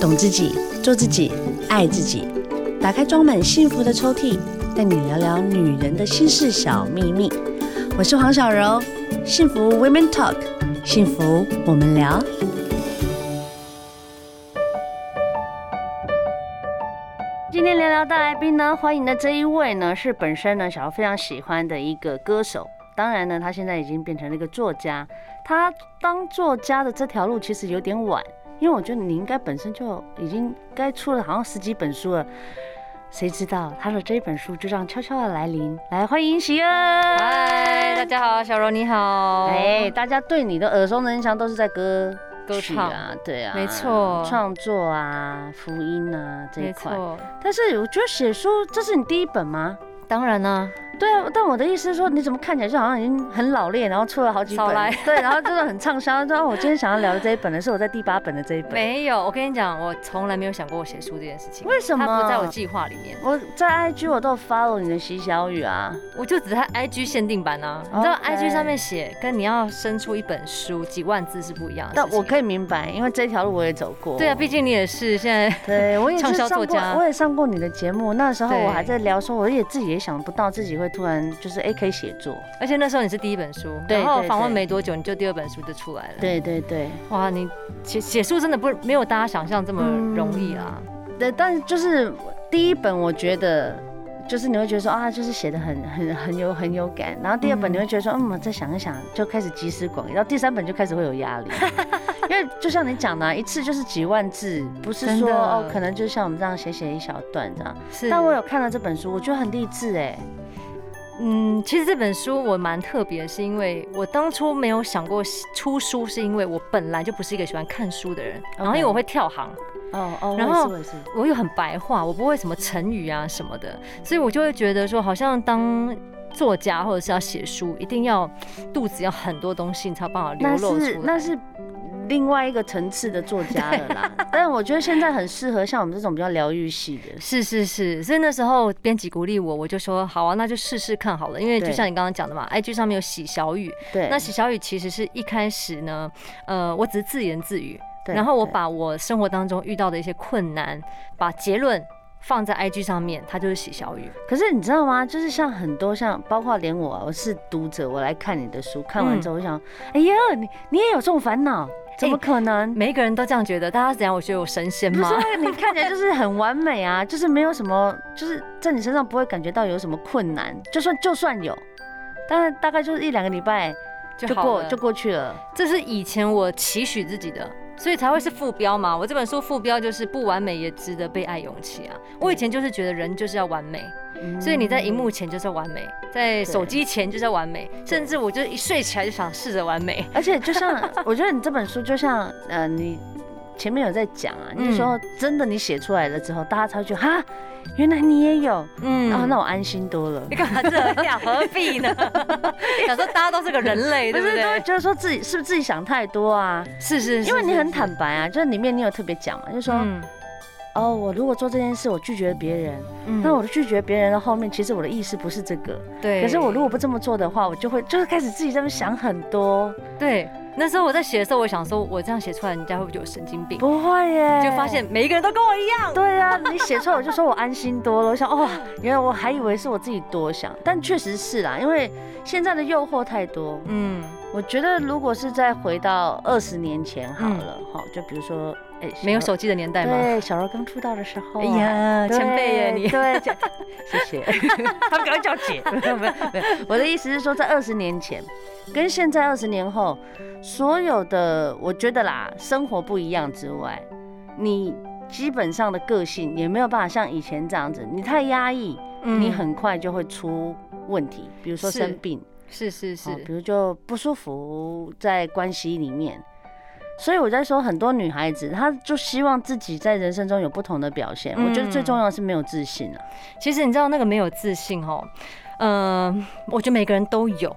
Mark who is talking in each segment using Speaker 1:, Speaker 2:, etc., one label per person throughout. Speaker 1: 懂自己，做自己，爱自己。打开装满幸福的抽屉，带你聊聊女人的心事小秘密。我是黄小柔，幸福 Women Talk，幸福我们聊。今天聊聊大来宾呢，欢迎的这一位呢，是本身呢小柔非常喜欢的一个歌手，当然呢，他现在已经变成了一个作家。他当作家的这条路其实有点晚，因为我觉得你应该本身就已经该出了好像十几本书了。谁知道他的这一本书就这样悄悄的来临，来欢迎喜恩。
Speaker 2: 嗨，大家好，小柔你好。
Speaker 1: 哎、大家对你的耳熟能详都是在歌
Speaker 2: 歌
Speaker 1: 曲
Speaker 2: 唱
Speaker 1: 啊，对啊，
Speaker 2: 没错
Speaker 1: 创作啊，福音啊这一
Speaker 2: 没
Speaker 1: 块。
Speaker 2: 错，
Speaker 1: 但是我觉得写书，这是你第一本吗？
Speaker 2: 当然啦、
Speaker 1: 对啊，但我的意思是说，你怎么看起来就好像已经很老练，然后出了好几
Speaker 2: 少
Speaker 1: 本
Speaker 2: 来，
Speaker 1: 对，然后就是很畅销。说哦，我今天想要聊的这一本呢，是我在第八本的这一本。
Speaker 2: 没有。我跟你讲，我从来没有想过我写书这件事情，
Speaker 1: 为什么？
Speaker 2: 它不在我计划里面。
Speaker 1: 我在 IG 我都有 follow 你的习小雨啊，
Speaker 2: 我就只在 IG 限定版啊，
Speaker 1: 哦
Speaker 2: 你知道
Speaker 1: OK
Speaker 2: IG 上面写跟你要生出一本书几万字是不一样的。
Speaker 1: 但我可
Speaker 2: 以。
Speaker 1: 以明白，因为这条路我也走过。
Speaker 2: 对啊，毕竟你也是现在
Speaker 1: 对，我也是
Speaker 2: 畅销
Speaker 1: 上过
Speaker 2: 作家，
Speaker 1: 我也上过你的节目。那时候
Speaker 2: 对
Speaker 1: 我还在聊说，我也自己也想不到自己会突然就是哎、可以写作。
Speaker 2: 而且那时候你是第一本书，
Speaker 1: 对
Speaker 2: 然后
Speaker 1: 对
Speaker 2: 访问
Speaker 1: 对
Speaker 2: 没多久你就第二本书就出来了。，
Speaker 1: 对对对
Speaker 2: 哇，你写写书真的不没有大家想象这么
Speaker 1: 嗯
Speaker 2: 容易啊。
Speaker 1: 对，但是就是第一本我觉得。就是你会觉得说啊，就是写的很很很有很有感，然后第二本
Speaker 2: 嗯
Speaker 1: 你会觉得说，嗯，我再想一想，就开始集思广益，然后第三本就开始会有 压力，因为就像你讲的啊、一次就是几万字，不是
Speaker 2: 真
Speaker 1: 说
Speaker 2: 的
Speaker 1: 哦，可能就像我们这样写写一小段这样。
Speaker 2: 是，
Speaker 1: 但我有看了这本书，我觉得很励志哎，
Speaker 2: 嗯，其实这本书我蛮特别，是因为我当初没有想过出书，是因为我本来就不是一个喜欢看书的人，然后因为我会跳行，
Speaker 1: 哦哦，
Speaker 2: 然后
Speaker 1: 我也是，
Speaker 2: 我又很白话，我不会什么成语啊什么的，所以我就会觉得说，好像当作家或者是要写书，一定要肚子要很多东西，你才有办法流
Speaker 1: 那
Speaker 2: 露
Speaker 1: 是
Speaker 2: 出来。
Speaker 1: 那是另外一个层次的作家了啦。 但我觉得现在很适合像我们这种比较疗愈系的。
Speaker 2: 是是是，所以那时候编辑鼓励我，我就说好啊，那就试试看好了。因为就
Speaker 1: 对
Speaker 2: 像你刚刚讲的嘛，IG 上面有喜小雨，
Speaker 1: 对，
Speaker 2: 那喜小雨其实是一开始呢，呃，我只是自言自语，
Speaker 1: 对
Speaker 2: 然后我
Speaker 1: 对
Speaker 2: 把我生活当中遇到的一些困难，把结论放在 IG 上面，它就是喜小雨。
Speaker 1: 可是你知道吗？就是像很多像，包括连我啊，我是读者，我来看你的书，看
Speaker 2: 嗯
Speaker 1: 完之后我想，哎呀，你你也有这种烦恼？怎
Speaker 2: 哎
Speaker 1: 么可 能？
Speaker 2: 每一个人都这样觉得，大家怎样？我觉得我神仙
Speaker 1: 不是
Speaker 2: 吗？
Speaker 1: 啊，你看起来就是很完美啊，就是没有什么，就是在你身上不会感觉到有什么困难，就算就算有，但大概就是一两个礼拜 就
Speaker 2: 好
Speaker 1: 过
Speaker 2: 了
Speaker 1: 就过去了。
Speaker 2: 这是以前我期许自己的，所以才会是副标嘛。我这本书副标就是不完美也值得被爱勇气啊。我以前就是觉得人就是要完美，
Speaker 1: 嗯
Speaker 2: 所以你在荧幕前就是要完美，在手机前就是要完美，甚至我就一睡起来就想试着完美。
Speaker 1: 而且就像 我觉得你这本书就像呃你。前面有在讲啊，你
Speaker 2: 嗯
Speaker 1: 就说真的，你写出来了之后，大家才会觉得哈，原来你也有，
Speaker 2: 嗯
Speaker 1: 然啊后那我安心多了。
Speaker 2: 你干嘛这样？何 必呢？想说大家都是个人类，
Speaker 1: 不
Speaker 2: 对不
Speaker 1: 是都会
Speaker 2: 对？
Speaker 1: 觉得说自己是不是自己想太多啊？
Speaker 2: 是是
Speaker 1: 因为你很坦白啊，就是里面你有特别讲嘛，就说
Speaker 2: 嗯，
Speaker 1: 哦，我如果做这件事，我拒绝别人，
Speaker 2: 嗯
Speaker 1: 那我拒绝别人的后面，其实我的意思不是这个，
Speaker 2: 对。
Speaker 1: 可是我如果不这么做的话，我就会就是开始自己在那边想很多，
Speaker 2: 对那时候我在写的时候，我想说，我这样写出来，人家会不会觉得我神经病？
Speaker 1: 不会耶，
Speaker 2: 就发现每一个人都跟我一样。
Speaker 1: 对啊，你写错我就说我安心多了。我想哦，原来我还以为是我自己多想，但确实是啦，因为现在的诱惑太多。
Speaker 2: 嗯，
Speaker 1: 我觉得如果是再回到二十年前好了，哈、就比如说，哎、
Speaker 2: 嗯没有
Speaker 1: 小
Speaker 2: 手机的年代吗？
Speaker 1: 对，小柔刚出道的时候、啊
Speaker 2: 哎呀，
Speaker 1: 对
Speaker 2: 前辈耶你。
Speaker 1: 对，前 谢谢， 他们赶快叫姐。 没有没有没有，我的意思是说，在二十年前跟现在二十年后，所有的我觉得啦，生活不一样之外，你基本上的个性也没有办法像以前这样子，你太压抑，
Speaker 2: 嗯
Speaker 1: 你很快就会出问题，比如说
Speaker 2: 是
Speaker 1: 生病，
Speaker 2: 是是是
Speaker 1: 哦，比如就不舒服在关系里面。所以我在说，很多女孩子她就希望自己在人生中有不同的表现。我觉得最
Speaker 2: 嗯
Speaker 1: 重要的是没有自信啊。
Speaker 2: 其实你知道那个没有自信哦，嗯，我觉得每个人都有，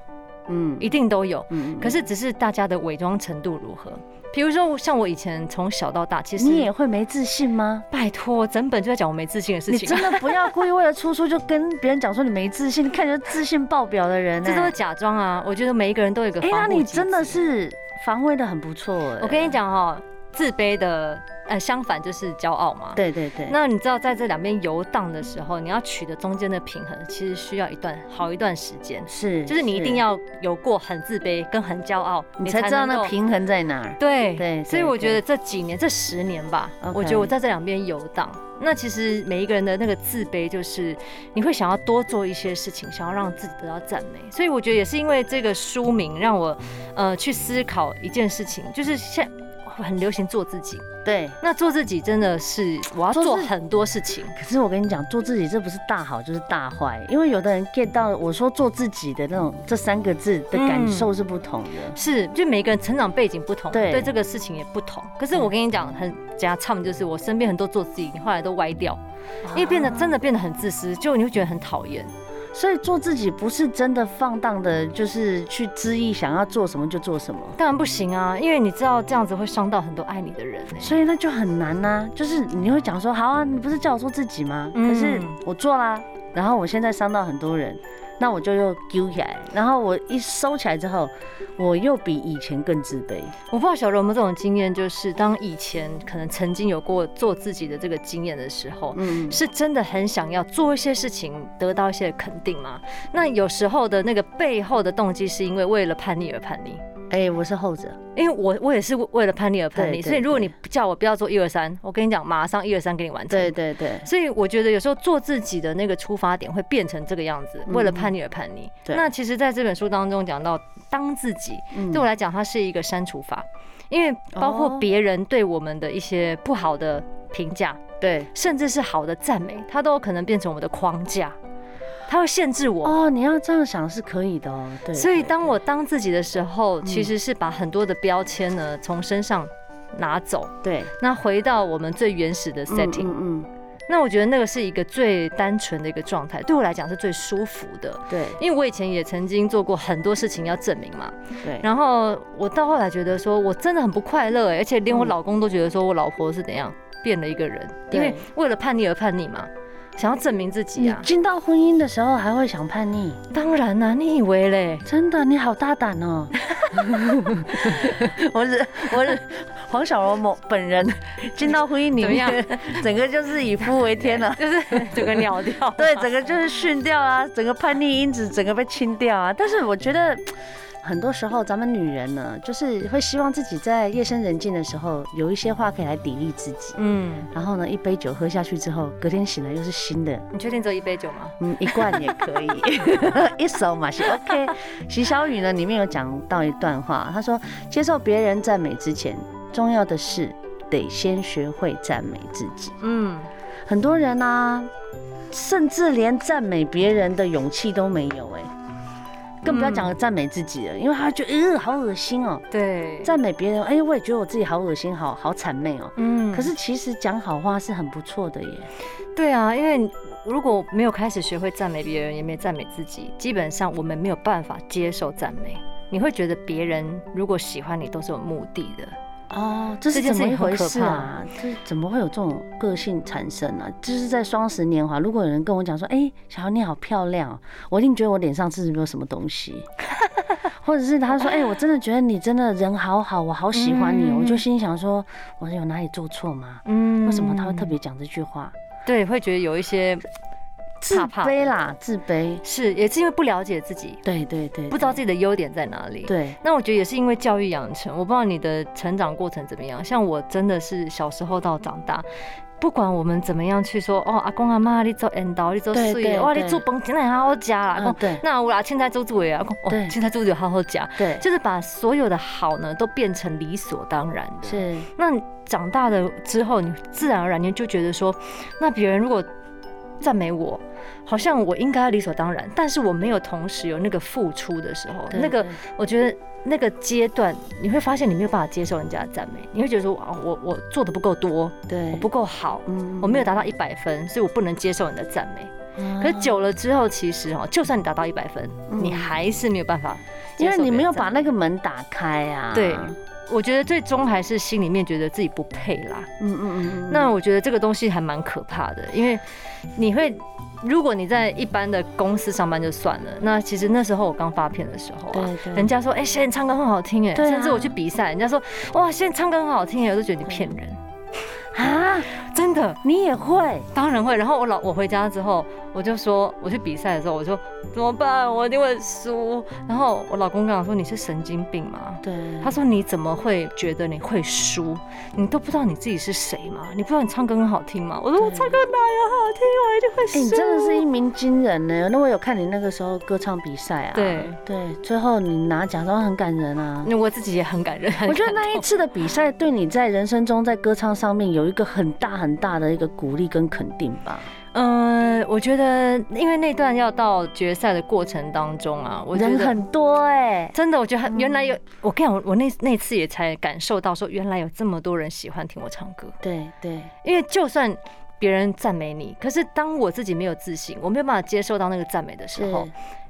Speaker 1: 嗯
Speaker 2: 一定都有，
Speaker 1: 嗯，
Speaker 2: 可是只是大家的伪装程度如何。比如说像我以前从小到大，其实
Speaker 1: 你也会没自信吗？
Speaker 2: 拜托，整本就在讲我没自信的事
Speaker 1: 你
Speaker 2: 情，啊
Speaker 1: 真的不要故意为了出书就跟别人讲说你没自信，你看起来自信爆表的人呢、欸
Speaker 2: 这都是假装啊。我觉得每一个人都有一个
Speaker 1: 哎、那
Speaker 2: 防护
Speaker 1: 你
Speaker 2: 机制
Speaker 1: 真的是防卫的很不错哎、
Speaker 2: 我跟你讲哦，自卑的呃相反就是骄傲嘛。
Speaker 1: 对对对，
Speaker 2: 那你知道在这两边游荡的时候，你要取得中间的平衡，其实需要一段好一段时间。
Speaker 1: 是
Speaker 2: 就是你一定要有过很自卑跟很骄傲，
Speaker 1: 你才知道那
Speaker 2: 能
Speaker 1: 个
Speaker 2: 够
Speaker 1: 平衡在哪儿。
Speaker 2: 对
Speaker 1: 对
Speaker 2: 所以
Speaker 1: 对
Speaker 2: 我觉
Speaker 1: 对
Speaker 2: 得这几年这十年吧
Speaker 1: OK
Speaker 2: 我觉得我在这两边游荡。那其实每一个人的那个自卑，就是你会想要多做一些事情，想要让自己得到赞美。所以我觉得也是因为这个书名，让我呃去思考一件事情，就是现很流行做自己。
Speaker 1: 对，
Speaker 2: 那做自己真的是我要
Speaker 1: 做
Speaker 2: 做
Speaker 1: 自己
Speaker 2: 很多事情，
Speaker 1: 可是我跟你讲，做自己这不是大好就是大坏，因为有的人 get 到我说做自己的那种这三个字的感
Speaker 2: 嗯
Speaker 1: 受是不同的。
Speaker 2: 是就每个人成长背景不同，
Speaker 1: 对嗯
Speaker 2: 对这个事情也不同。可是我跟你讲，很加唱就是我身边很多做自己，后来都歪掉，
Speaker 1: 啊
Speaker 2: 因为变得真的变得很自私，就你会觉得很讨厌。
Speaker 1: 所以做自己不是真的放荡的，就是去恣意想要做什么就做什么，
Speaker 2: 当然不行啊，因为你知道这样子会伤到很多爱你的人、欸。
Speaker 1: 所以那就很难呐、就是你会讲说，好啊，你不是叫我做自己吗？
Speaker 2: 嗯
Speaker 1: 可是我做啦，然后我现在伤到很多人，那我就又揪起来，然后我一收起来之后，我又比以前更自卑。
Speaker 2: 我不知道小柔有没有这种经验，就是当以前可能曾经有过做自己的这个经验的时候，
Speaker 1: 嗯，
Speaker 2: 是真的很想要做一些事情，得到一些肯定吗？那有时候的那个背后的动机是因为为了叛逆而叛逆。
Speaker 1: 哎、我是后者，
Speaker 2: 因为我我也是为了叛逆而叛逆，
Speaker 1: 对对
Speaker 2: 所以如果你叫我不要做一二三，我跟你讲，马上一二三给你完成。
Speaker 1: 对对对。
Speaker 2: 所以我觉得有时候做自己的那个出发点会变成这个样子，
Speaker 1: 嗯
Speaker 2: 为了叛逆而叛逆。
Speaker 1: 对
Speaker 2: 那其实在这本书当中讲到，当自己
Speaker 1: 嗯
Speaker 2: 对我来讲，它是一个删除法，因为包
Speaker 1: 哦
Speaker 2: 括别人对我们的一些不好的评价，
Speaker 1: 对
Speaker 2: 甚至是好的赞美，它都有可能变成我们的框架，它会限制我。
Speaker 1: 哦，你要这样想是可以的哦。对，
Speaker 2: 所以
Speaker 1: 对
Speaker 2: 当我当自己的时候，
Speaker 1: 嗯
Speaker 2: 其实是把很多的标签呢从身上拿走，
Speaker 1: 对
Speaker 2: 那回到我们最原始的 setting。
Speaker 1: 嗯嗯嗯
Speaker 2: 那我觉得那个是一个最单纯的一个状态，对我来讲是最舒服的。
Speaker 1: 对
Speaker 2: 因为我以前也曾经做过很多事情要证明嘛，
Speaker 1: 对，
Speaker 2: 然后我到后来觉得说我真的很不快乐、欸而且连我
Speaker 1: 嗯
Speaker 2: 老公都觉得说我老婆是怎样变了一个人，因为
Speaker 1: 对
Speaker 2: 为了叛逆而叛逆嘛，想要证明自己
Speaker 1: 你
Speaker 2: 啊。
Speaker 1: 进到婚姻的时候还会想叛逆，
Speaker 2: 当然啦、你以为嘞？
Speaker 1: 真的，你好大胆哦！ 我是我是黄小柔某本人进到婚姻里
Speaker 2: 怎么
Speaker 1: 面
Speaker 2: 样，
Speaker 1: 整个就是以夫为天了、啊
Speaker 2: 就是整个鸟掉。
Speaker 1: 对，整个就是训掉啊，整个叛逆因子整个被清掉啊。但是我觉得很多时候咱们女人呢，就是会希望自己在夜深人静的时候有一些话可以来砥砺自己。
Speaker 2: 嗯，
Speaker 1: 然后呢，一杯酒喝下去之后，隔天醒来又是新的，
Speaker 2: 你确定只有一杯酒吗？
Speaker 1: 嗯，一罐也可以，一首嘛是 OK。徐小雨呢，里面有讲到一段话，他说：接受别人赞美之前，重要的是得先学会赞美自己。
Speaker 2: 嗯，
Speaker 1: 很多人啊，甚至连赞美别人的勇气都没有、哎，更不要讲赞美自己了，因为他觉得，呃，好恶心
Speaker 2: 嗯
Speaker 1: 哦、
Speaker 2: 对。
Speaker 1: 赞美别人，哎、我也觉得我自己好恶心，好好谄媚哦、
Speaker 2: 嗯
Speaker 1: 可是其实讲好话是很不错的耶。
Speaker 2: 对啊，因为如果没有开始学会赞美别人，也没赞美自己，基本上我们没有办法接受赞美。你会觉得别人如果喜欢你都是有目的的，
Speaker 1: 哦，这是
Speaker 2: 这件
Speaker 1: 怎
Speaker 2: 事
Speaker 1: 么一
Speaker 2: 情很
Speaker 1: 回
Speaker 2: 可
Speaker 1: 事啊？这怎么会有这种个性产生呢、就是在双十年华，如果有人跟我讲说，哎、小豪你好漂亮、哦，我一定觉得我脸上是不是有什么东西， 或者是他说，哎、我真的觉得你真的人好好，我好喜欢你哦，
Speaker 2: 嗯
Speaker 1: 我就心想说，我有哪里做错吗？
Speaker 2: 嗯
Speaker 1: 为什么他会特别讲这句话？
Speaker 2: 对，会觉得有一些
Speaker 1: 自
Speaker 2: 怕怕的
Speaker 1: 卑啦，自卑。
Speaker 2: 是也是因为不了解自己，
Speaker 1: 对对对，
Speaker 2: 不知道自己的优点在哪里。
Speaker 1: 己。对，
Speaker 2: 那我觉得也是因为教育养成，我不知道你的成长过程怎么样。像我真的是小时候到长大，不管我们怎么样去说，哦，阿公阿妈你做引导，你做
Speaker 1: 对
Speaker 2: 水
Speaker 1: 对
Speaker 2: 的，哇，
Speaker 1: 对
Speaker 2: 你做饭真的很好吃啦。
Speaker 1: 嗯
Speaker 2: 讲
Speaker 1: 对
Speaker 2: 那有啦，青菜煮煮的啊，讲
Speaker 1: 对
Speaker 2: 哦，青菜煮煮好好吃，
Speaker 1: 对，
Speaker 2: 就是把所有的好呢都变成理所当然的。，
Speaker 1: 是
Speaker 2: 那你长大了之后，你自然而然你就觉得说，那别人如果赞美我，好像我应该理所当然，但是我没有同时有那个付出的时候，
Speaker 1: 对
Speaker 2: 那个
Speaker 1: 对
Speaker 2: 我觉得那个阶段，你会发现你没有办法接受人家的赞美，你会觉得说啊，我我做的不够多，
Speaker 1: 对
Speaker 2: 我，不够好，
Speaker 1: 嗯
Speaker 2: 我没有达到一百分，所以我不能接受你的赞美。
Speaker 1: 嗯
Speaker 2: 可是久了之后，其实哦，就算你达到一百分，
Speaker 1: 嗯
Speaker 2: 你还是没有办法接
Speaker 1: 因
Speaker 2: 受别人赞美，
Speaker 1: 为你没有把那个门打开啊。
Speaker 2: 对我觉得最终还是心里面觉得自己不配啦。
Speaker 1: 嗯嗯嗯，
Speaker 2: 那我觉得这个东西还蛮可怕的，因为你会，如果你在一般的公司上班就算了，那其实那时候我刚发片的时候啊，
Speaker 1: 对对，
Speaker 2: 人家说哎，欸现在唱歌很好听哎，
Speaker 1: 对啊
Speaker 2: 甚至我去比赛，人家说哇，现在唱歌很好听哎，我都觉得你骗人，
Speaker 1: 啊，
Speaker 2: 真的。
Speaker 1: 你也会
Speaker 2: 当然会。然后我老我回家之后，我就说我去比赛的时候，我说怎么办？我一定会输。然后我老公跟我说：“你是神经病吗？”
Speaker 1: 对，
Speaker 2: 他说：“你怎么会觉得你会输？你都不知道你自己是谁吗？你不知道你唱歌很好听吗？”我说：“
Speaker 1: 对
Speaker 2: 我唱歌哪有好听？我一定会输。
Speaker 1: 哎，你真的是一鸣惊人呢。那我有看你那个时候歌唱比赛啊，
Speaker 2: 对
Speaker 1: 对，最后你拿奖，都很感人啊。
Speaker 2: 那我自己也很感人。
Speaker 1: 我觉得那一次的比赛对你在人生中在歌唱上面有一个很大很大的一个鼓励跟肯定吧。
Speaker 2: 嗯，我觉得因为那段要到决赛的过程当中啊，我觉
Speaker 1: 人
Speaker 2: 得
Speaker 1: 很嗯多哎、
Speaker 2: 真的，我觉得很原来有，我跟你讲，我我那那次也才感受到说，原来有这么多人喜欢听我唱歌。
Speaker 1: 对对，
Speaker 2: 因为就算别人赞美你，可是当我自己没有自信，我没有办法接受到那个赞美的时
Speaker 1: 是，
Speaker 2: 候，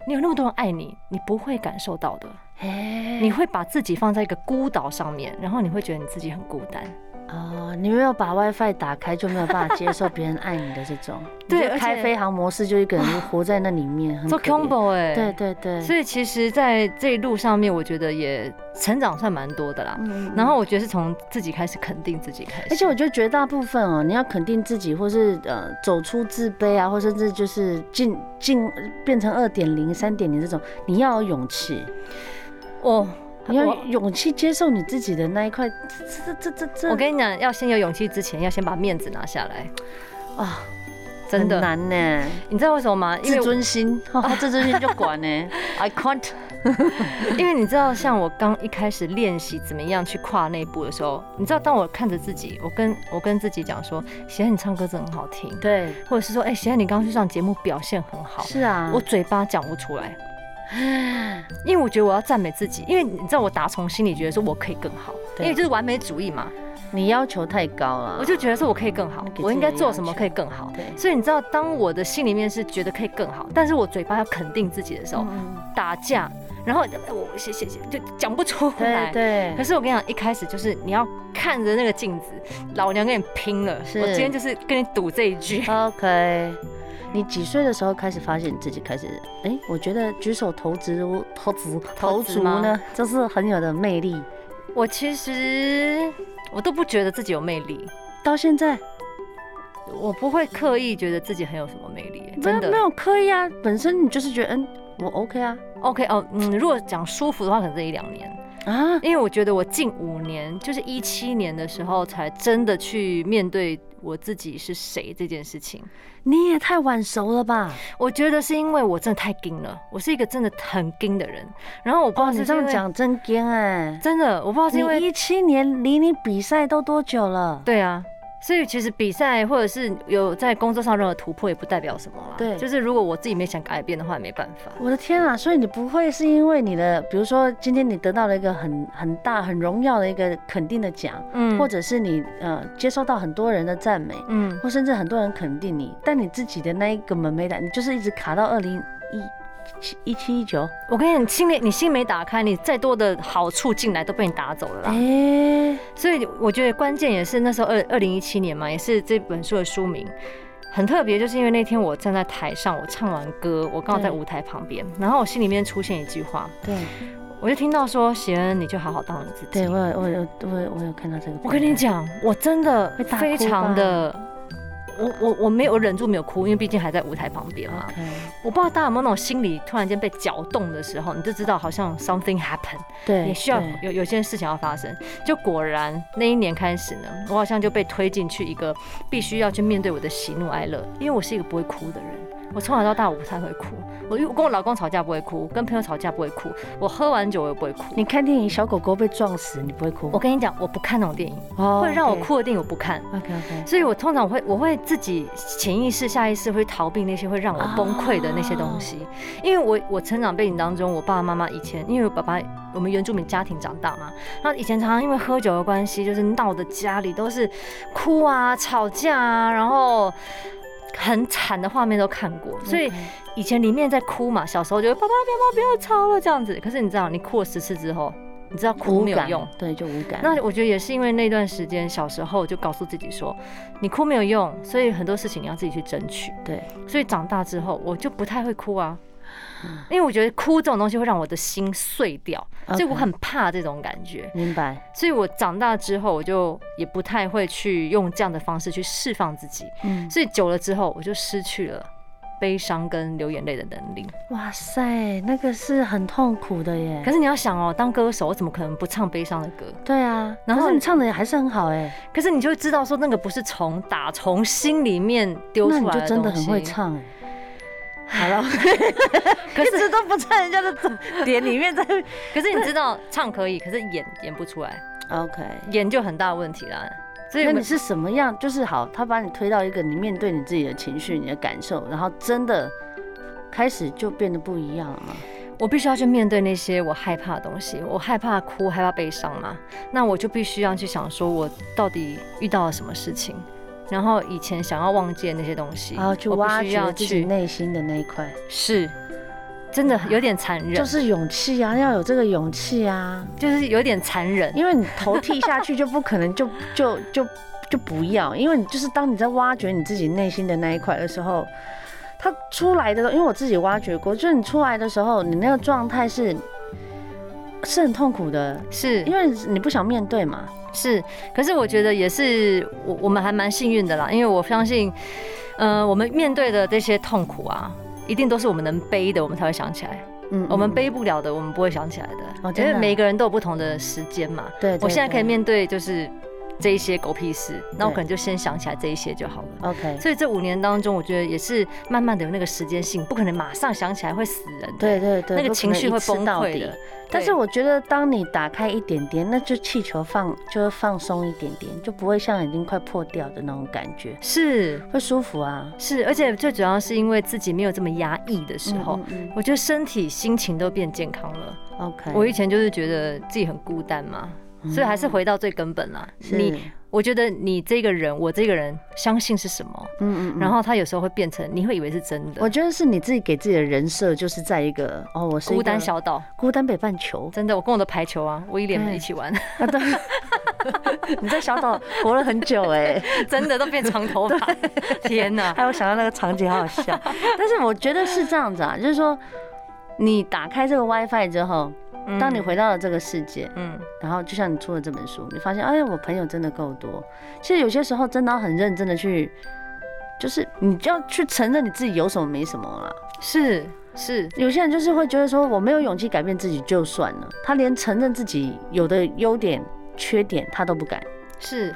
Speaker 2: 你有那么多人爱你，你不会感受到的。
Speaker 1: 哎
Speaker 2: 你会把自己放在一个孤岛上面，然后你会觉得你自己很孤单。
Speaker 1: 哦，你没有把 WiFi 打开就没有办法接受别人爱你的这种，
Speaker 2: 对
Speaker 1: 你就
Speaker 2: 而且
Speaker 1: 开飞航模式就一个人活在那里面，很
Speaker 2: 做
Speaker 1: 可怜
Speaker 2: combo 哎、
Speaker 1: 对对对，
Speaker 2: 所以其实，在这一路上面，我觉得也成长算蛮多的啦。
Speaker 1: 嗯
Speaker 2: 然后我觉得是从自己开始肯定自己开始，
Speaker 1: 而且我觉得绝大部分哦，你要肯定自己，或是呃走出自卑啊，或甚至就是进进变成二点零、三点零这种，你要有勇气，
Speaker 2: 哦，
Speaker 1: 你要
Speaker 2: 我
Speaker 1: 有嗯勇气接受你自己的那一块。这这这这这，
Speaker 2: 我跟你讲，要先有勇气之前，要先把面子拿下来，
Speaker 1: 啊，
Speaker 2: 真
Speaker 1: 很
Speaker 2: 的。
Speaker 1: 难呢，
Speaker 2: 你知道为什么吗？因
Speaker 1: 自
Speaker 2: 为
Speaker 1: 尊心， 哦自尊心就管呢，I can't。
Speaker 2: 因为你知道，像我刚一开始练习怎么样去跨那一步的时候，你知道，当我看着自己，我跟我跟自己讲说，贤你唱歌真的很好听，
Speaker 1: 对，
Speaker 2: 或者是说，哎、贤你刚刚去上节目表现很好，
Speaker 1: 是嗯啊，
Speaker 2: 我嘴巴讲不出来，因为我觉得我要赞美自己，因为你知道，我打从心里觉得说我可以更好，
Speaker 1: 对
Speaker 2: 因为就是完美主义嘛，
Speaker 1: 你要求太高了，
Speaker 2: 我就觉得说我可以更好
Speaker 1: 嗯那给自，己
Speaker 2: 我应该
Speaker 1: 的
Speaker 2: 做
Speaker 1: 要
Speaker 2: 什么
Speaker 1: 求
Speaker 2: 可以更好。
Speaker 1: 对。
Speaker 2: 所以你知道，当我的心里面是觉得可以更好，但是我嘴巴要肯定自己的时候，
Speaker 1: 嗯
Speaker 2: 打架，然后呃我谢谢谢就讲不出
Speaker 1: 对
Speaker 2: 来。
Speaker 1: 对
Speaker 2: 可，是我跟你讲，一开始就是你要看着那个镜子，老娘跟你拼了！
Speaker 1: 是
Speaker 2: 我今天就是跟你赌这一 句。
Speaker 1: OK，你几岁的时候开始发现你自己开始？哎、我觉得举手投足、投足、
Speaker 2: 投足
Speaker 1: 足
Speaker 2: 吗
Speaker 1: 呢，就是很有的魅力。
Speaker 2: 我其实我都不觉得自己有魅力，
Speaker 1: 到现在
Speaker 2: 我不会刻意觉得自己很有什么魅力，
Speaker 1: 没
Speaker 2: 真
Speaker 1: 有没
Speaker 2: 的。
Speaker 1: 有刻意啊，本身你就是觉得，嗯，我 OK 啊
Speaker 2: OK 哦，嗯，如果讲舒服的话，可能这一两年，
Speaker 1: 啊，
Speaker 2: 因为我觉得我近五年，就是一七年的时候，才真的去面对我自己是谁这件事情。
Speaker 1: 你也太晚熟了吧？
Speaker 2: 我觉得是因为我真的太硬了，我是一个真的很硬的人。然后我不知
Speaker 1: 哇，
Speaker 2: 道是
Speaker 1: 哦你这
Speaker 2: 不哦是因
Speaker 1: 样
Speaker 2: 为，
Speaker 1: 讲真尖哎、
Speaker 2: 真的我不知道是因为
Speaker 1: 你一七年离你比赛都多久了？
Speaker 2: 对啊。所以其实比赛或者是有在工作上任何突破，也不代表什么啦。
Speaker 1: 对
Speaker 2: 就是如果我自己没想改变的话，也没办法。
Speaker 1: 我的天啊！所以你不会是因为你的，比如说今天你得到了一个很很大、很荣耀的一个肯定的奖，
Speaker 2: 嗯
Speaker 1: 或者是你呃接收到很多人的赞美，
Speaker 2: 嗯，
Speaker 1: 或甚至很多人肯定你，但你自己的那一个门没打，你就是一直卡到二零一七一七一九。
Speaker 2: 我跟你讲，心里你心没打开，你再多的好处进来都被你打走了啦。
Speaker 1: 哎，
Speaker 2: 所以我觉得关键也是那时候二二零一七年嘛，也是这本书的书名。很特别，就是因为那天我站在台上，我唱完歌，我刚好在
Speaker 1: 对
Speaker 2: 舞台旁边，然后我心里面出现一句话，
Speaker 1: 对，
Speaker 2: 我就听到说：“贤恩，你就好好当你自己。”
Speaker 1: 对我有我有我有我有看到这个片段，
Speaker 2: 我跟你讲，我真的
Speaker 1: 会大哭吧
Speaker 2: 非常的，我我我没有我忍住没有哭，因为毕竟还在舞台旁边嘛。
Speaker 1: ，OK，
Speaker 2: 我不知道大家有没有那种心里突然间被搅动的时候，你就知道好像 something happened。
Speaker 1: 对，
Speaker 2: 也需要
Speaker 1: 对
Speaker 2: 有有件事情要发生。就果然那一年开始呢，我好像就被推进去一个必须要去面对我的喜怒哀乐，因为我是一个不会哭的人。我从小到大我不太会哭，我我跟我老公吵架不会哭，跟朋友吵架不会哭，我喝完酒我也不会哭。
Speaker 1: 你看电影小狗狗被撞死，你不会哭
Speaker 2: 我，跟你讲，我不看那种电影，
Speaker 1: 哦
Speaker 2: 会让我。哭的电影我不看。
Speaker 1: OK OK，
Speaker 2: 所以我通常我会我会自己潜意识、下意识会逃避那些会让我崩溃的那些东西，
Speaker 1: 啊
Speaker 2: 因为我我成长背景当中，我爸爸妈妈以前因为我爸爸我们原住民家庭长大嘛，那以前常常因为喝酒的关系，就是闹得家里都是哭啊、吵架啊，然后。很惨的画面都看过，
Speaker 1: 嗯
Speaker 2: 所以以前里面在哭嘛，小时候就会爸爸不要不要不要吵了这样子。可是你知道，你哭了十次之后，你知道哭没有用。
Speaker 1: 对，就无感。
Speaker 2: 那我觉得也是因为那段时间，小时候就告诉自己说，你哭没有用，所以很多事情你要自己去争取。
Speaker 1: 对，
Speaker 2: 所以长大之后，我就不太会哭啊，
Speaker 1: 嗯
Speaker 2: 因为我觉得哭这种东西会让我的心碎掉，所以我
Speaker 1: OK
Speaker 2: 很怕这种感觉。
Speaker 1: 明白。
Speaker 2: 所以我长大之后，我就也不太会去用这样的方式去释放自己。
Speaker 1: 嗯，
Speaker 2: 所以久了之后，我就失去了悲伤跟流眼泪的能力。
Speaker 1: 哇塞，那个是很痛苦的耶
Speaker 2: 可。是你要想哦，当歌手，我怎么可能不唱悲伤的歌？
Speaker 1: 对啊，
Speaker 2: 然
Speaker 1: 然
Speaker 2: 后
Speaker 1: 后你唱的也还是很好哎，
Speaker 2: 可是你就会知道说，那个不是从打从心里面丢
Speaker 1: 那
Speaker 2: 出
Speaker 1: 你
Speaker 2: 来
Speaker 1: 就
Speaker 2: 的
Speaker 1: 真的
Speaker 2: 东
Speaker 1: 很
Speaker 2: 西
Speaker 1: 会。唱哎。好 了，
Speaker 2: 可是
Speaker 1: 都不在人家的点里面在。
Speaker 2: 可是你知道唱可以，可是演演不出来，
Speaker 1: OK，
Speaker 2: 演就很大问题啦。所以
Speaker 1: 那
Speaker 2: 我
Speaker 1: 你
Speaker 2: 们
Speaker 1: 是什么样？就是好，他把你推到一个你面对你自己的情绪、你的感受，然后真的开始就变得不一样了吗？
Speaker 2: 我必须要去面对那些我害怕的东西，我害怕哭，害怕悲伤嘛，那我就必须要去想说，我到底遇到了什么事情，然后以前想要忘记的那些东西，
Speaker 1: 然后啊去
Speaker 2: 我必
Speaker 1: 挖
Speaker 2: 须要
Speaker 1: 掘自己
Speaker 2: 去，
Speaker 1: 内心的那一块，
Speaker 2: 是，真的有点残忍，
Speaker 1: 就
Speaker 2: 就是
Speaker 1: 是勇气啊，要有这个勇气啊，
Speaker 2: 就是有点残忍，
Speaker 1: 因为你头剃下去就不可能就就就就不要，因为你就是当你在挖掘你自己内心的那一块的时候，它出来的，因为我自己挖掘过，就是你出来的时候，你那个状态是是很痛苦的，
Speaker 2: 是
Speaker 1: 因为你不想面对嘛。
Speaker 2: 是，可是我觉
Speaker 1: 嗯
Speaker 2: 得也是，我我们还蛮幸运的啦，因为我相信，呃，我们面对的这些痛苦啊，一定都是我们能背的，我们才会想起来。
Speaker 1: 嗯
Speaker 2: 我们
Speaker 1: 嗯
Speaker 2: 背不了的，我们不会想起来的，
Speaker 1: 哦
Speaker 2: 因
Speaker 1: 真的
Speaker 2: 为每个人都有不同的时间嘛。
Speaker 1: 对
Speaker 2: 我现在可
Speaker 1: 对
Speaker 2: 以面对就是这一些狗屁事，那我
Speaker 1: 对哦
Speaker 2: 可能就先想起来这一些就好了。
Speaker 1: OK，
Speaker 2: 所以这五年当中，我觉得也是慢慢的有那个时间性，不可能马上想起来会死人，，
Speaker 1: 对对对，
Speaker 2: 那
Speaker 1: 不
Speaker 2: 个
Speaker 1: 可
Speaker 2: 情
Speaker 1: 能
Speaker 2: 绪
Speaker 1: 一
Speaker 2: 会
Speaker 1: 次
Speaker 2: 崩
Speaker 1: 到
Speaker 2: 溃
Speaker 1: 底
Speaker 2: 的。
Speaker 1: 但是我觉得，当你打开一点点，那就气球放就会放松一点点，就不会像已经快破掉的那种感觉，
Speaker 2: 是
Speaker 1: 会舒服啊。
Speaker 2: 是，而且最主要是因为自己没有这么压抑的时候，
Speaker 1: 嗯嗯
Speaker 2: 我觉得身体、心情都变健康了。
Speaker 1: 嗯 OK，
Speaker 2: 我以前就是觉得自己很孤单嘛，所以还是回到最根本啦。
Speaker 1: 嗯是
Speaker 2: 你，我觉得你这个人，我这个人相信是什么，
Speaker 1: 嗯嗯，
Speaker 2: 然后他有时候会变成你会以为是真
Speaker 1: 我
Speaker 2: 的。
Speaker 1: 觉得是你自己给自己的人设，就是在一个哦，我是一
Speaker 2: 孤单
Speaker 1: 个
Speaker 2: 小岛，
Speaker 1: 孤单北半球
Speaker 2: 真的，我跟我的排球啊，我一脸
Speaker 1: 对
Speaker 2: 一起 玩，
Speaker 1: 啊， 对，你在小岛活了很久哎、
Speaker 2: 真的都变长头发，天哪！
Speaker 1: 哎，我想到那个场景，好好笑。但是我觉得是这样子啊，就是说，你打开这个 WiFi 之后，
Speaker 2: 嗯
Speaker 1: 当你，回到了这个世界，
Speaker 2: 嗯，
Speaker 1: 然后就像你出了这本书，你发现，哎呀，我朋友真的够多。其实有些时候真的要很认真的去，就是你就要去承认你自己有什么没什么啦。
Speaker 2: 是是，
Speaker 1: 有些人就是会觉得说，我没有勇气改变自己就算了，他连承认自己有的优点、缺点他都不敢。
Speaker 2: 是，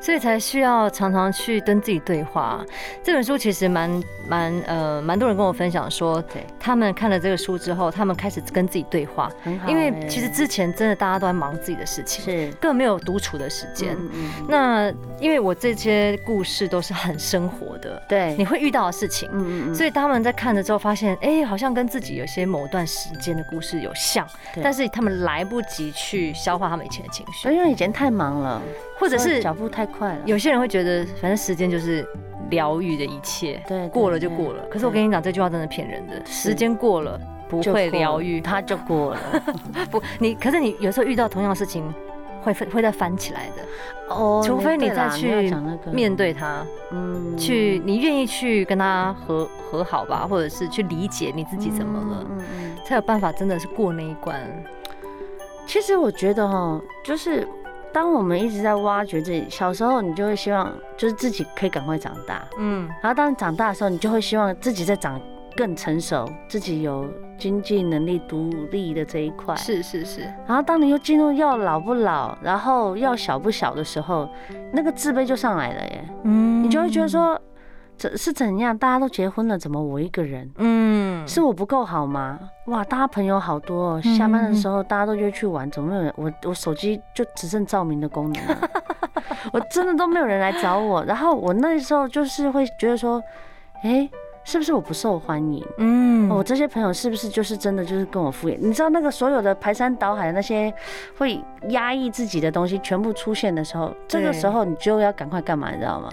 Speaker 2: 所以才需要常常去跟自己对话。这本书其实蛮蛮呃蛮多人跟我分享说，
Speaker 1: 对，
Speaker 2: 他们看了这个书之后，他们开始跟自己对话，
Speaker 1: 很好欸、
Speaker 2: 因为其实之前真的大家都在忙自己的事情，
Speaker 1: 是
Speaker 2: 根本没有独处的时间。
Speaker 1: 嗯嗯嗯
Speaker 2: 那因为我这些故事都是很生活的，
Speaker 1: 对，
Speaker 2: 你会遇到的事情。
Speaker 1: 嗯嗯嗯，
Speaker 2: 所以他们在看了之后发现，哎、好像跟自己有些某段时间的故事有像，
Speaker 1: 对哎
Speaker 2: 但是他们来不及去消化他们以前的情绪，
Speaker 1: 因为以前太忙了，
Speaker 2: 或者是
Speaker 1: 脚步太快了，
Speaker 2: 有些人会觉得，反正时间就是疗愈的一切，
Speaker 1: 对对
Speaker 2: 过了就
Speaker 1: 对
Speaker 2: 过了。可是我跟你讲，这句话真的骗人的，时间过了不
Speaker 1: 就
Speaker 2: 会
Speaker 1: 过
Speaker 2: 疗
Speaker 1: 了
Speaker 2: 愈，
Speaker 1: 他就过了。
Speaker 2: 不，你可是你有时候遇到同样的事情，会会再翻起来的。
Speaker 1: 哦
Speaker 2: 除非你
Speaker 1: 对啦
Speaker 2: 再
Speaker 1: 要
Speaker 2: 去
Speaker 1: 讲那个
Speaker 2: 面对它，
Speaker 1: 嗯
Speaker 2: 去你愿意去跟他和和好吧，或者是去理解你自己怎么了，
Speaker 1: 嗯嗯嗯
Speaker 2: 才有办法真的是过那一关。
Speaker 1: 其实我觉得哈，就是当我们一直在挖掘自己，小时候你就会希望就是自己可以赶快长大，
Speaker 2: 嗯，
Speaker 1: 然后当你长大的时候，你就会希望自己在长更成熟，自己有经济能力独立的这一块。
Speaker 2: 是是是，
Speaker 1: 然后当你又进入要老不老，然后要小不小的时候，那个自卑就上来了耶，
Speaker 2: 嗯
Speaker 1: 你就会觉得，说，这是怎样？大家都结婚了，怎么我一个人？
Speaker 2: 嗯，
Speaker 1: 是我不够好吗？哇，大家朋友好多、哦，下
Speaker 2: 嗯
Speaker 1: 班的时候大家都约去玩，怎么没有人？我我手机就只剩照明的功能了， 我真的都没有人来找我。然后我那时候就是会觉得说，哎、是不是我不受欢迎？哦
Speaker 2: 嗯，
Speaker 1: 我这些朋友是不是就是真的就是跟我敷衍？你知道那个所有的排山倒海的那些会压抑自己的东西全部出现的时候，这个
Speaker 2: 对
Speaker 1: 时候你就要赶快干嘛？你知道吗？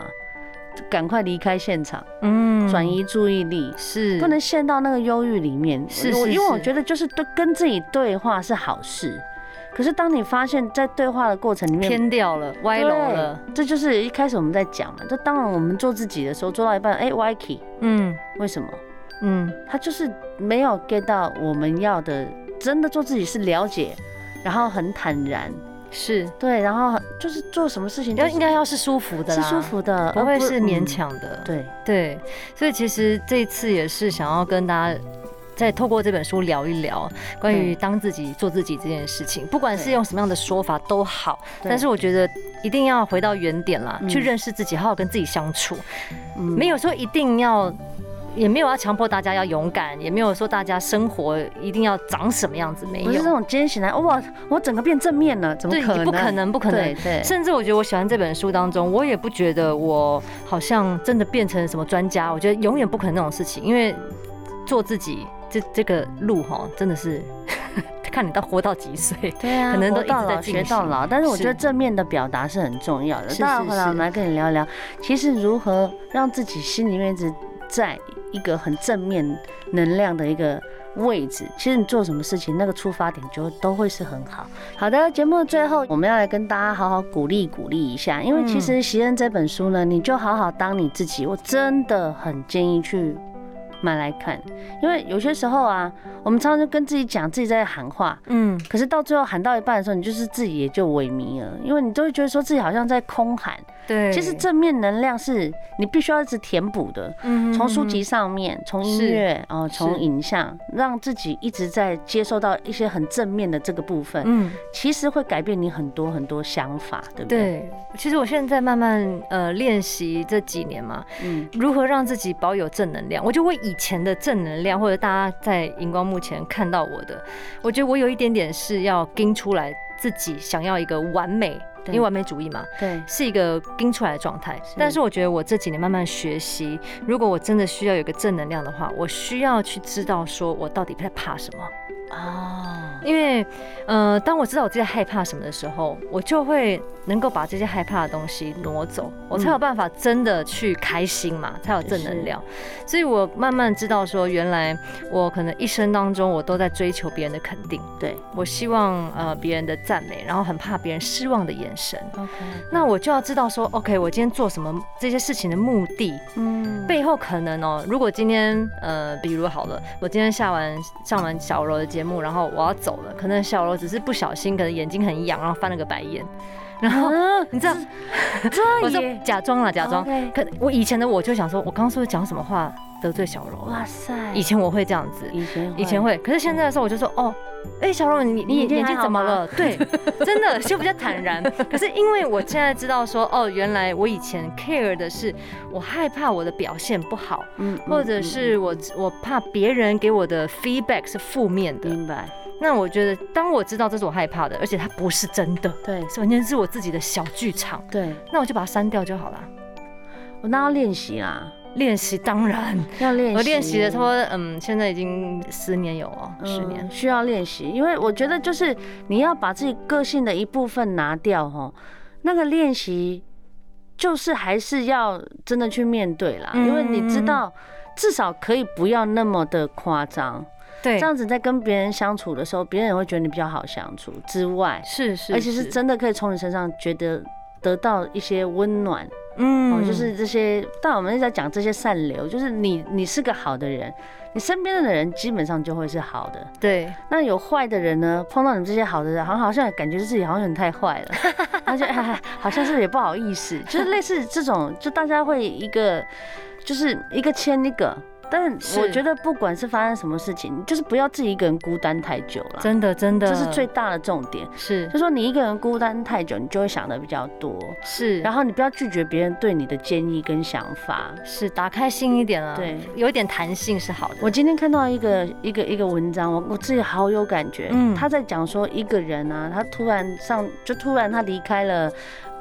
Speaker 1: 赶快离开现场，
Speaker 2: 嗯
Speaker 1: 转移注意力。
Speaker 2: 是
Speaker 1: 不能陷到那个忧郁里面。
Speaker 2: 嗯是
Speaker 1: 我
Speaker 2: 是
Speaker 1: 因为我
Speaker 2: 是
Speaker 1: 觉得就是对跟自己对话是好事，可可是当你发现，在对话的过程里面
Speaker 2: 偏掉了，歪楼
Speaker 1: 对
Speaker 2: 了，
Speaker 1: 这就是一开始我们在讲嘛。就当然我们做自己的时候，做到一半，哎、y k i
Speaker 2: 嗯
Speaker 1: 为什么？
Speaker 2: 嗯，
Speaker 1: 他就是没有 get 到我们要的，真的做自己是了解，然后很坦然，
Speaker 2: 是，
Speaker 1: 对，然后就是做什么事情都
Speaker 2: 要应该要是舒服的
Speaker 1: 是
Speaker 2: 啦，
Speaker 1: 舒，服的，
Speaker 2: 不
Speaker 1: 而
Speaker 2: 会是勉、
Speaker 1: 嗯
Speaker 2: 强的，
Speaker 1: 对，
Speaker 2: 对，所以其实这一次也是想要跟大家。再透过这本书聊一聊关
Speaker 1: 对
Speaker 2: 于当自己做自己这件事情，不管是
Speaker 1: 对
Speaker 2: 用什么样的说法都好，
Speaker 1: 对
Speaker 2: 但是我觉得一定要回到原点啦，
Speaker 1: 嗯
Speaker 2: 去认识自己，好好跟自己相处。
Speaker 1: 嗯
Speaker 2: 没有说一定要，也没有要强迫大家要勇敢，也没有说大家生活一定要长什么样子，没
Speaker 1: 不是那
Speaker 2: 有。
Speaker 1: 种艰险来，哇，我整个变正面了，怎么
Speaker 2: 对
Speaker 1: 可，能？
Speaker 2: 不可，能，不可能
Speaker 1: 对。对，
Speaker 2: 甚至我觉得我喜欢这本书当中，我也不觉得我好像真的变成什么专家，我觉得永远不可能那种事情，因为做自己这这个路哈，真的是 看你到活到几岁。
Speaker 1: 对啊，
Speaker 2: 可能都
Speaker 1: 活到
Speaker 2: 一直在
Speaker 1: 老
Speaker 2: 进
Speaker 1: 学到
Speaker 2: 行
Speaker 1: 老，但是我觉得
Speaker 2: 是
Speaker 1: 正面的表达是很重要的。
Speaker 2: 是
Speaker 1: 待
Speaker 2: 是
Speaker 1: 会来我们
Speaker 2: 是
Speaker 1: 来跟你聊聊，其实如何让自己心里面一直在一个很正面能量的一个。位置，其实你做什么事情，那个出发点就都会是很好。好的，节目的最后，我们要来跟大家好好鼓励鼓励一下，因为其
Speaker 2: 嗯
Speaker 1: 实《习恩》这本书呢，你就好好当你自己，我真的很建议去买来看，因为有些时候啊，我们常常就跟自己讲，自己在喊话，
Speaker 2: 嗯，
Speaker 1: 可是到最后喊到一半的时候，你就是自己也就萎靡了，因为你都会觉得说自己好像在空喊。
Speaker 2: 对。
Speaker 1: 其实正面能量是你必须要一直填补的，
Speaker 2: 嗯
Speaker 1: 从书籍上面，从音乐，哦，从
Speaker 2: 是
Speaker 1: 影像，让自己一直在接受到一些很正面的这个部分，
Speaker 2: 嗯，
Speaker 1: 其实会改变你很多很多想法，对不对？
Speaker 2: 对。其实我现在慢慢呃练习这几年嘛，
Speaker 1: 嗯，
Speaker 2: 如何让自己保有正能量？我觉得我以前的正能量，或者大家在荧光幕前看到我的，我觉得我有一点点是要盯出来自己想要一个完美，
Speaker 1: 对
Speaker 2: 因为完美主义嘛，
Speaker 1: 对，
Speaker 2: 是一个盯出来的状态。但是我觉得我这几年慢慢学习，如果我真的需要有一个正能量的话，我需要去知道说我到底在怕什么。
Speaker 1: 哦，
Speaker 2: 因为，呃，当我知道我自己害怕什么的时候，我就会能够把这些害怕的东西挪走，我才有办法真的去开心嘛，才有正能量。所以我慢慢知道说，原来我可能一生当中我都在追求别人的肯定，
Speaker 1: 对
Speaker 2: 我希望呃别人的赞美，然后很怕别人失望的眼神。
Speaker 1: ，OK，
Speaker 2: 那我就要知道说，OK，我今天做什么这些事情的目的，
Speaker 1: 嗯，
Speaker 2: 背后可能哦，如果今天呃，比如好了，我今天下完上完小柔的节目，然后我要走了，可能小柔只是不小心，可能眼睛很痒，然后翻了个 白眼，然后
Speaker 1: 啊，
Speaker 2: 你知道，
Speaker 1: 这
Speaker 2: 我说
Speaker 1: 也
Speaker 2: 假装啦，假装。
Speaker 1: 哦 OK
Speaker 2: 可我以前的我就想说，我刚刚是不是讲什么话得罪小柔了
Speaker 1: 哇？塞，
Speaker 2: 以前我会这样子，
Speaker 1: 以前
Speaker 2: 以前会，可是现在的时候我就说，哦，哎、小柔，你
Speaker 1: 你
Speaker 2: 你
Speaker 1: 眼睛
Speaker 2: 眼
Speaker 1: 还
Speaker 2: 睛
Speaker 1: 好
Speaker 2: 怎么
Speaker 1: 吗
Speaker 2: 了？ 对，真的就比较坦然。可是因为我现在知道说，哦，原来我以前 care 的是我害怕我的表现不好，
Speaker 1: 嗯，嗯
Speaker 2: 或者
Speaker 1: 嗯
Speaker 2: 是我我怕别人给我的 feedback 是负面的。
Speaker 1: 嗯明白，
Speaker 2: 那我觉得，当我知道这是我害怕的，而且它不是真的，
Speaker 1: 对
Speaker 2: 是完全是我自己的小剧场，
Speaker 1: 对，
Speaker 2: 那我就把它删掉就好了。
Speaker 1: 我那要练习啦。
Speaker 2: 练习当然，
Speaker 1: 要练习，
Speaker 2: 我练习了差不多，嗯，现在已经十年有哦，
Speaker 1: 嗯
Speaker 2: 十年。
Speaker 1: 需要练习，因为我觉得就是你要把自己个性的一部分拿掉吼，那个练习就是还是要真的去面对啦，
Speaker 2: 嗯
Speaker 1: 因为你知道。至少可以不要那么的夸张，
Speaker 2: 对
Speaker 1: 这，样子在跟别人相处的时候，别人也会觉得你比较好相处之外，
Speaker 2: 是是，
Speaker 1: 而且是真的可以从你身上觉得得到一些温暖，哦，
Speaker 2: 嗯
Speaker 1: 就是这些。但我们一直在讲这些善流，就是你你是个好的人，你身边的人基本上就会是好的。
Speaker 2: 对，
Speaker 1: 那有坏的人呢，碰到你们这些好的人，好像好像感觉自己好像很太坏了，而且、哎、好像 是也不好意思，就是类似这种，就大家会一个就是一个牵一个。但是我
Speaker 2: 是
Speaker 1: 觉得不管是发生什么事情，就是不要自己一个人孤单太久了，
Speaker 2: 真的真的，
Speaker 1: 这是最大的重点。
Speaker 2: 是
Speaker 1: 就说你一个人孤单太久，你就会想的比较多，
Speaker 2: 是，
Speaker 1: 然后你不要拒绝别人对你的建议跟想法。
Speaker 2: 是打开心一点啊，
Speaker 1: 对，
Speaker 2: 有一点弹性是好的。
Speaker 1: 我今天看到一个一个一个文章，我我自己好有感觉。
Speaker 2: 嗯
Speaker 1: 他在讲说一个人啊，他突然上就突然他离开了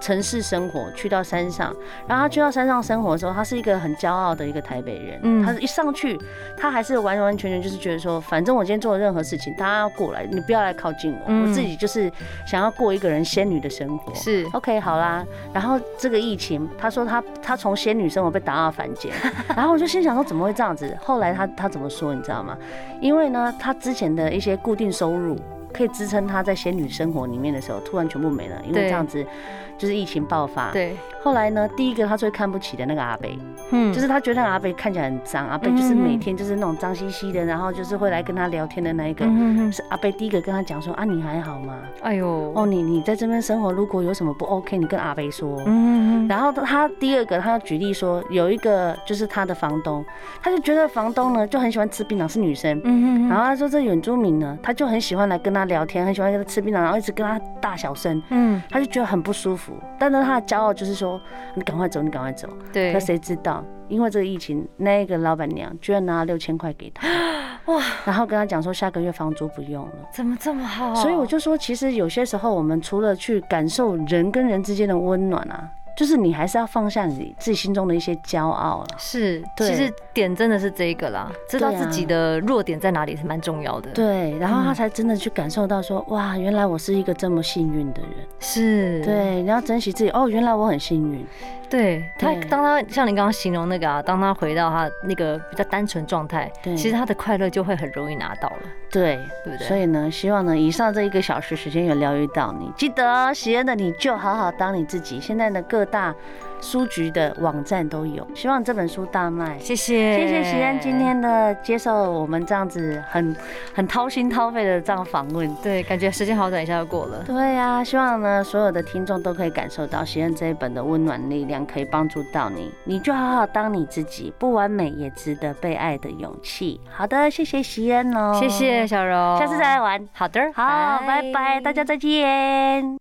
Speaker 1: 城市生活，去到山上，然后他去到山上生活的时候，他是一个很骄傲的一个台北人。
Speaker 2: 嗯
Speaker 1: 他一上去，他还是完完全全就是觉得说，反正我今天做的任何事情，大家要过来，你不要来靠近我，
Speaker 2: 嗯
Speaker 1: 我自己就是想要过一个人仙女的生活。
Speaker 2: 是
Speaker 1: OK，好啦。然后这个疫情，他说他他从仙女生活被打到凡间， 然后我就心想说怎么会这样子？后来他他怎么说你知道吗？因为呢，他之前的一些固定收入可以支撑他在写女生活里面的时候，突然全部没了，因为
Speaker 2: 对
Speaker 1: 这样子就是疫情爆发。，
Speaker 2: 对，
Speaker 1: 后来呢，第一个他最看不起的那个阿北，
Speaker 2: 嗯，
Speaker 1: 就是是他觉得那个阿北看起来很脏，阿北就是每天就是那种脏兮兮的，然后就是会来跟他聊天的那一个。
Speaker 2: 嗯嗯，
Speaker 1: 是阿北第一个跟他讲说啊，你还好吗？
Speaker 2: 哎呦，
Speaker 1: 哦，你你在这边生活，如果有什么不 OK，你跟阿北说。
Speaker 2: 嗯，嗯嗯
Speaker 1: 然后他第二个，他举例说，有一个就是他的房东，他就觉得房东呢就很喜欢吃槟榔，是女生。
Speaker 2: 嗯嗯，
Speaker 1: 然后他说这原住民呢，他就很喜欢来跟他聊天，很喜欢跟他吃槟榔，然后一直跟他大小声，
Speaker 2: 嗯，
Speaker 1: 他就觉得很不舒服。但是他的骄傲就是说，你赶快走，你赶快走。
Speaker 2: 对
Speaker 1: 可，谁知道，因为这个疫情，那个老板娘居然拿了六千块给他，
Speaker 2: 哇，
Speaker 1: 然后跟他讲说下个月房租不用了。
Speaker 2: 怎么这么好？
Speaker 1: 所以我就说，其实有些时候我们除了去感受人跟人之间的温暖啊，就是你还是要放下你自己心中的一些骄傲了。
Speaker 2: 是，
Speaker 1: 对
Speaker 2: 其实点真的是这一个啦，知道
Speaker 1: 对啊
Speaker 2: 自己的弱点在哪里是蛮重要的。，
Speaker 1: 对，然
Speaker 2: 嗯
Speaker 1: 后他才真的去感受到说，哇，原来我是一个这么幸运的人。
Speaker 2: 是，
Speaker 1: 对，你要珍惜自己。哦，原来我很幸运。
Speaker 2: 对。他
Speaker 1: 对
Speaker 2: 当他像你刚刚形容那个啊，当他回到他那个比较单纯状态，
Speaker 1: 对
Speaker 2: 其实他的快乐就会很容易拿到了，
Speaker 1: 对，
Speaker 2: 对不对？
Speaker 1: 所以呢，希望呢，以上这一个小时时间有疗愈到你。记得哦喜恩的你就好好当你自己。现在呢，各大书局的网站都有，希望这本书大卖。
Speaker 2: 谢谢，
Speaker 1: 谢谢喜恩今天的接受我们这样子很很掏心掏肺的这样访问。
Speaker 2: 对，感觉时间好短一下就过了。
Speaker 1: 对啊，希望呢所有的听众都可以感受到喜恩这一本的温暖力量，可以帮助到你。你就好好当你自己，不完美也值得被爱的勇气。好的，谢谢喜恩哦，
Speaker 2: 谢谢，小柔，
Speaker 1: 下次再来玩。
Speaker 2: 好的，
Speaker 1: 好，拜拜，大家再见。